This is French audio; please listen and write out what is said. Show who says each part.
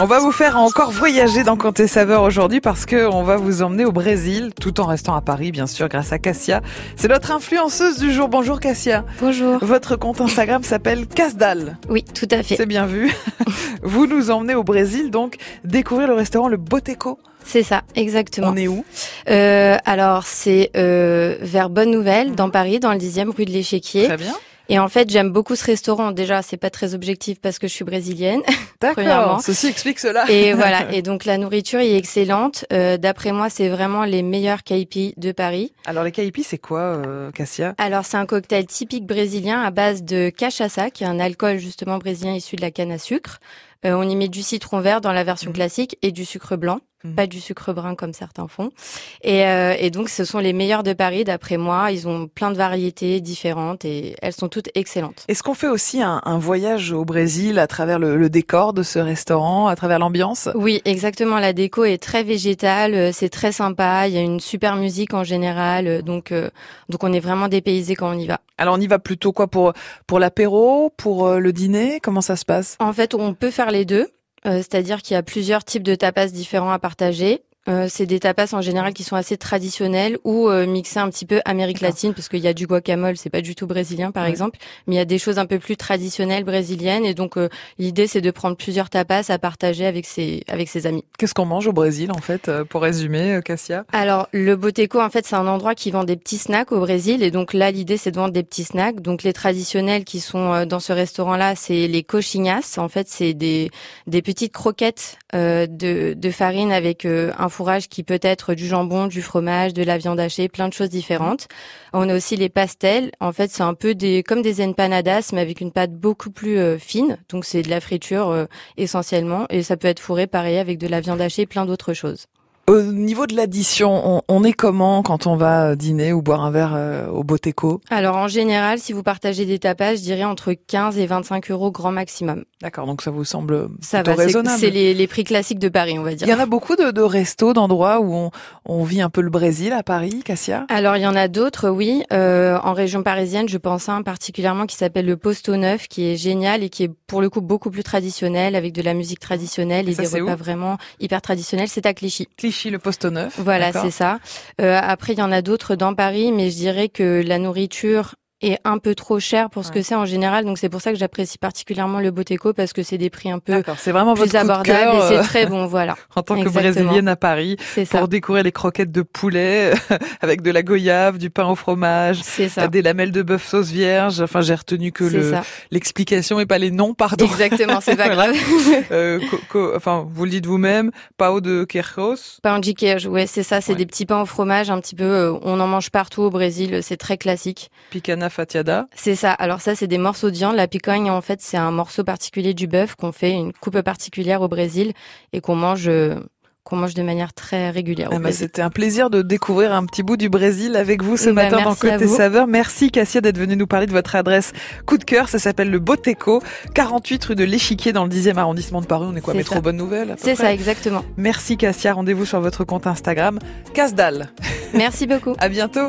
Speaker 1: On va vous faire encore voyager dans Comté Saveur aujourd'hui parce que on va vous emmener au Brésil tout en restant à Paris bien sûr grâce à Cassia. C'est notre influenceuse du jour. Bonjour Cassia.
Speaker 2: Bonjour.
Speaker 1: Votre compte Instagram s'appelle Casdal.
Speaker 2: Oui, tout à fait.
Speaker 1: C'est bien vu. Vous nous emmenez au Brésil donc découvrir le restaurant Le Boteco.
Speaker 2: C'est ça, exactement.
Speaker 1: On est où
Speaker 2: Euh, alors, c'est euh, vers Bonne Nouvelle, dans Paris, dans le 10e rue de l'Échiquier.
Speaker 1: Très bien.
Speaker 2: Et en fait, j'aime beaucoup ce restaurant. Déjà, c'est pas très objectif parce que je suis brésilienne.
Speaker 1: D'accord.
Speaker 2: Premièrement.
Speaker 1: Ceci explique cela.
Speaker 2: Et voilà. Et donc, la nourriture y est excellente. Euh, D'après moi, c'est vraiment les meilleurs caipis de Paris.
Speaker 1: Alors les caipis c'est quoi euh, Cassia
Speaker 2: Alors, c'est un cocktail typique brésilien à base de cachaça, qui est un alcool justement brésilien issu de la canne à sucre. Euh, on y met du citron vert dans la version
Speaker 1: Mhm.
Speaker 2: classique et du sucre blanc,
Speaker 1: Mhm.
Speaker 2: pas du sucre brun comme certains font. Et, euh, et donc, ce sont les meilleurs de Paris, d'après moi. Ils ont plein de variétés différentes et elles sont toutes excellentes.
Speaker 1: Est-ce qu'on fait aussi un, un voyage au Brésil à travers le, le décor de ce restaurant, à travers l'ambiance
Speaker 2: Oui, exactement. La déco est très végétale, euh, c'est très sympa. Il y a une super musique en général, euh, donc euh, donc on est vraiment dépaysé quand on y va.
Speaker 1: Alors on y va plutôt quoi pour pour l'apéro, pour euh, le dîner Comment ça se passe
Speaker 2: En fait, on peut faire les deux, euh, c'est-à-dire qu'il y a plusieurs types de tapas différents à partager. Euh, c'est des tapas en général qui sont assez traditionnels ou euh, mixés un petit peu Amérique
Speaker 1: D'accord.
Speaker 2: latine parce qu'il y a du guacamole, c'est pas du tout brésilien par
Speaker 1: Ouais.
Speaker 2: exemple, mais il y a des choses un peu plus traditionnelles brésiliennes et donc euh, l'idée c'est de prendre plusieurs tapas à partager avec ses avec ses amis.
Speaker 1: Qu'est-ce qu'on mange au Brésil en fait euh, Pour résumer, euh, Cassia.
Speaker 2: Alors, le Boteco, en fait, c'est un endroit qui vend des petits snacks au Brésil. Et donc là, l'idée, c'est de vendre des petits snacks. Donc les traditionnels qui sont euh, dans ce restaurant-là, c'est les cochinas. En fait, c'est des, des petites croquettes euh, de, de farine avec euh, un fourrage qui peut être du jambon, du fromage, de la viande hachée, plein de choses différentes. On a aussi les pastels. En fait, c'est un peu des comme des empanadas, mais avec une pâte beaucoup plus euh, fine. Donc c'est de la friture euh, essentiellement. Et ça peut être fourré, pareil, avec de la viande hachée et plein d'autres choses.
Speaker 1: Au niveau de l'addition, on, on est comment quand on va euh, dîner ou boire un verre euh, au Boteco
Speaker 2: Alors en général, si vous partagez des tapas, je dirais entre 15 et 25 euros grand maximum.
Speaker 1: D'accord, donc ça vous semble euh,
Speaker 2: Ça
Speaker 1: plutôt
Speaker 2: va, c'est-
Speaker 1: raisonnable.
Speaker 2: c'est les, les prix classiques de Paris, on va
Speaker 1: Il y
Speaker 2: dire.
Speaker 1: en a beaucoup de, de restos, d'endroits où on, on vit un peu le Brésil à Paris, Cassia.
Speaker 2: Alors il y en a d'autres, oui. Euh, en région parisienne, je pense à un particulièrement qui s'appelle le Posto Neuf, qui est génial et qui est pour le coup beaucoup plus traditionnel, avec de la musique traditionnelle et,
Speaker 1: Ça,
Speaker 2: des
Speaker 1: c'est
Speaker 2: repas
Speaker 1: où
Speaker 2: vraiment hyper traditionnels. C'est à Clichy.
Speaker 1: Clichy, le poste neuf.
Speaker 2: Voilà,
Speaker 1: d'accord.
Speaker 2: c'est ça. Euh, après, il y en a d'autres dans Paris, mais je dirais que la nourriture est un peu trop chère pour ce
Speaker 1: Ouais.
Speaker 2: que c'est en général. Donc c'est pour ça que j'apprécie particulièrement le Boteco parce que c'est des prix un peu
Speaker 1: D'accord, c'est vraiment
Speaker 2: plus
Speaker 1: votre coup de
Speaker 2: abordable
Speaker 1: cœur,
Speaker 2: et
Speaker 1: euh,
Speaker 2: c'est très bon, voilà,
Speaker 1: en tant que
Speaker 2: Exactement.
Speaker 1: brésilienne à Paris
Speaker 2: c'est ça.
Speaker 1: pour découvrir les croquettes de poulet avec de la goyave, du pain au fromage,
Speaker 2: C'est ça.
Speaker 1: des lamelles de bœuf sauce vierge. Enfin, j'ai retenu que
Speaker 2: C'est
Speaker 1: le-
Speaker 2: ça.
Speaker 1: l'explication et pas les noms, pardon.
Speaker 2: Exactement, c'est pas
Speaker 1: Voilà.
Speaker 2: grave.
Speaker 1: Euh, co- co- enfin, vous le dites vous-même, pao de queiroz.
Speaker 2: Pain de queijo, ouais, c'est ça, c'est
Speaker 1: Ouais.
Speaker 2: des petits pains au fromage un petit peu, euh, on en mange partout au Brésil, euh, c'est très classique.
Speaker 1: picana fatiada.
Speaker 2: C'est ça. Alors ça, c'est des morceaux de viande. La picogne, en fait, c'est un morceau particulier du bœuf qu'on fait une coupe particulière au Brésil et qu'on mange, euh, qu'on mange de manière très régulière au
Speaker 1: Ah bah,
Speaker 2: Brésil.
Speaker 1: C'était un plaisir de découvrir un petit bout du Brésil avec vous ce
Speaker 2: Bah,
Speaker 1: matin dans
Speaker 2: merci à
Speaker 1: Côté
Speaker 2: vous.
Speaker 1: Saveur. Merci Cassia d'être venue nous parler de votre adresse coup de cœur. Ça s'appelle le Boteco, 48 rue de l'Échiquier dans le 10e arrondissement de Paris. On est quoi
Speaker 2: C'est
Speaker 1: Métro
Speaker 2: ça.
Speaker 1: Bonne Nouvelle à peu
Speaker 2: C'est
Speaker 1: près
Speaker 2: ça, exactement.
Speaker 1: Merci Cassia. Rendez-vous sur votre compte Instagram. Casdal.
Speaker 2: Merci beaucoup.
Speaker 1: À bientôt.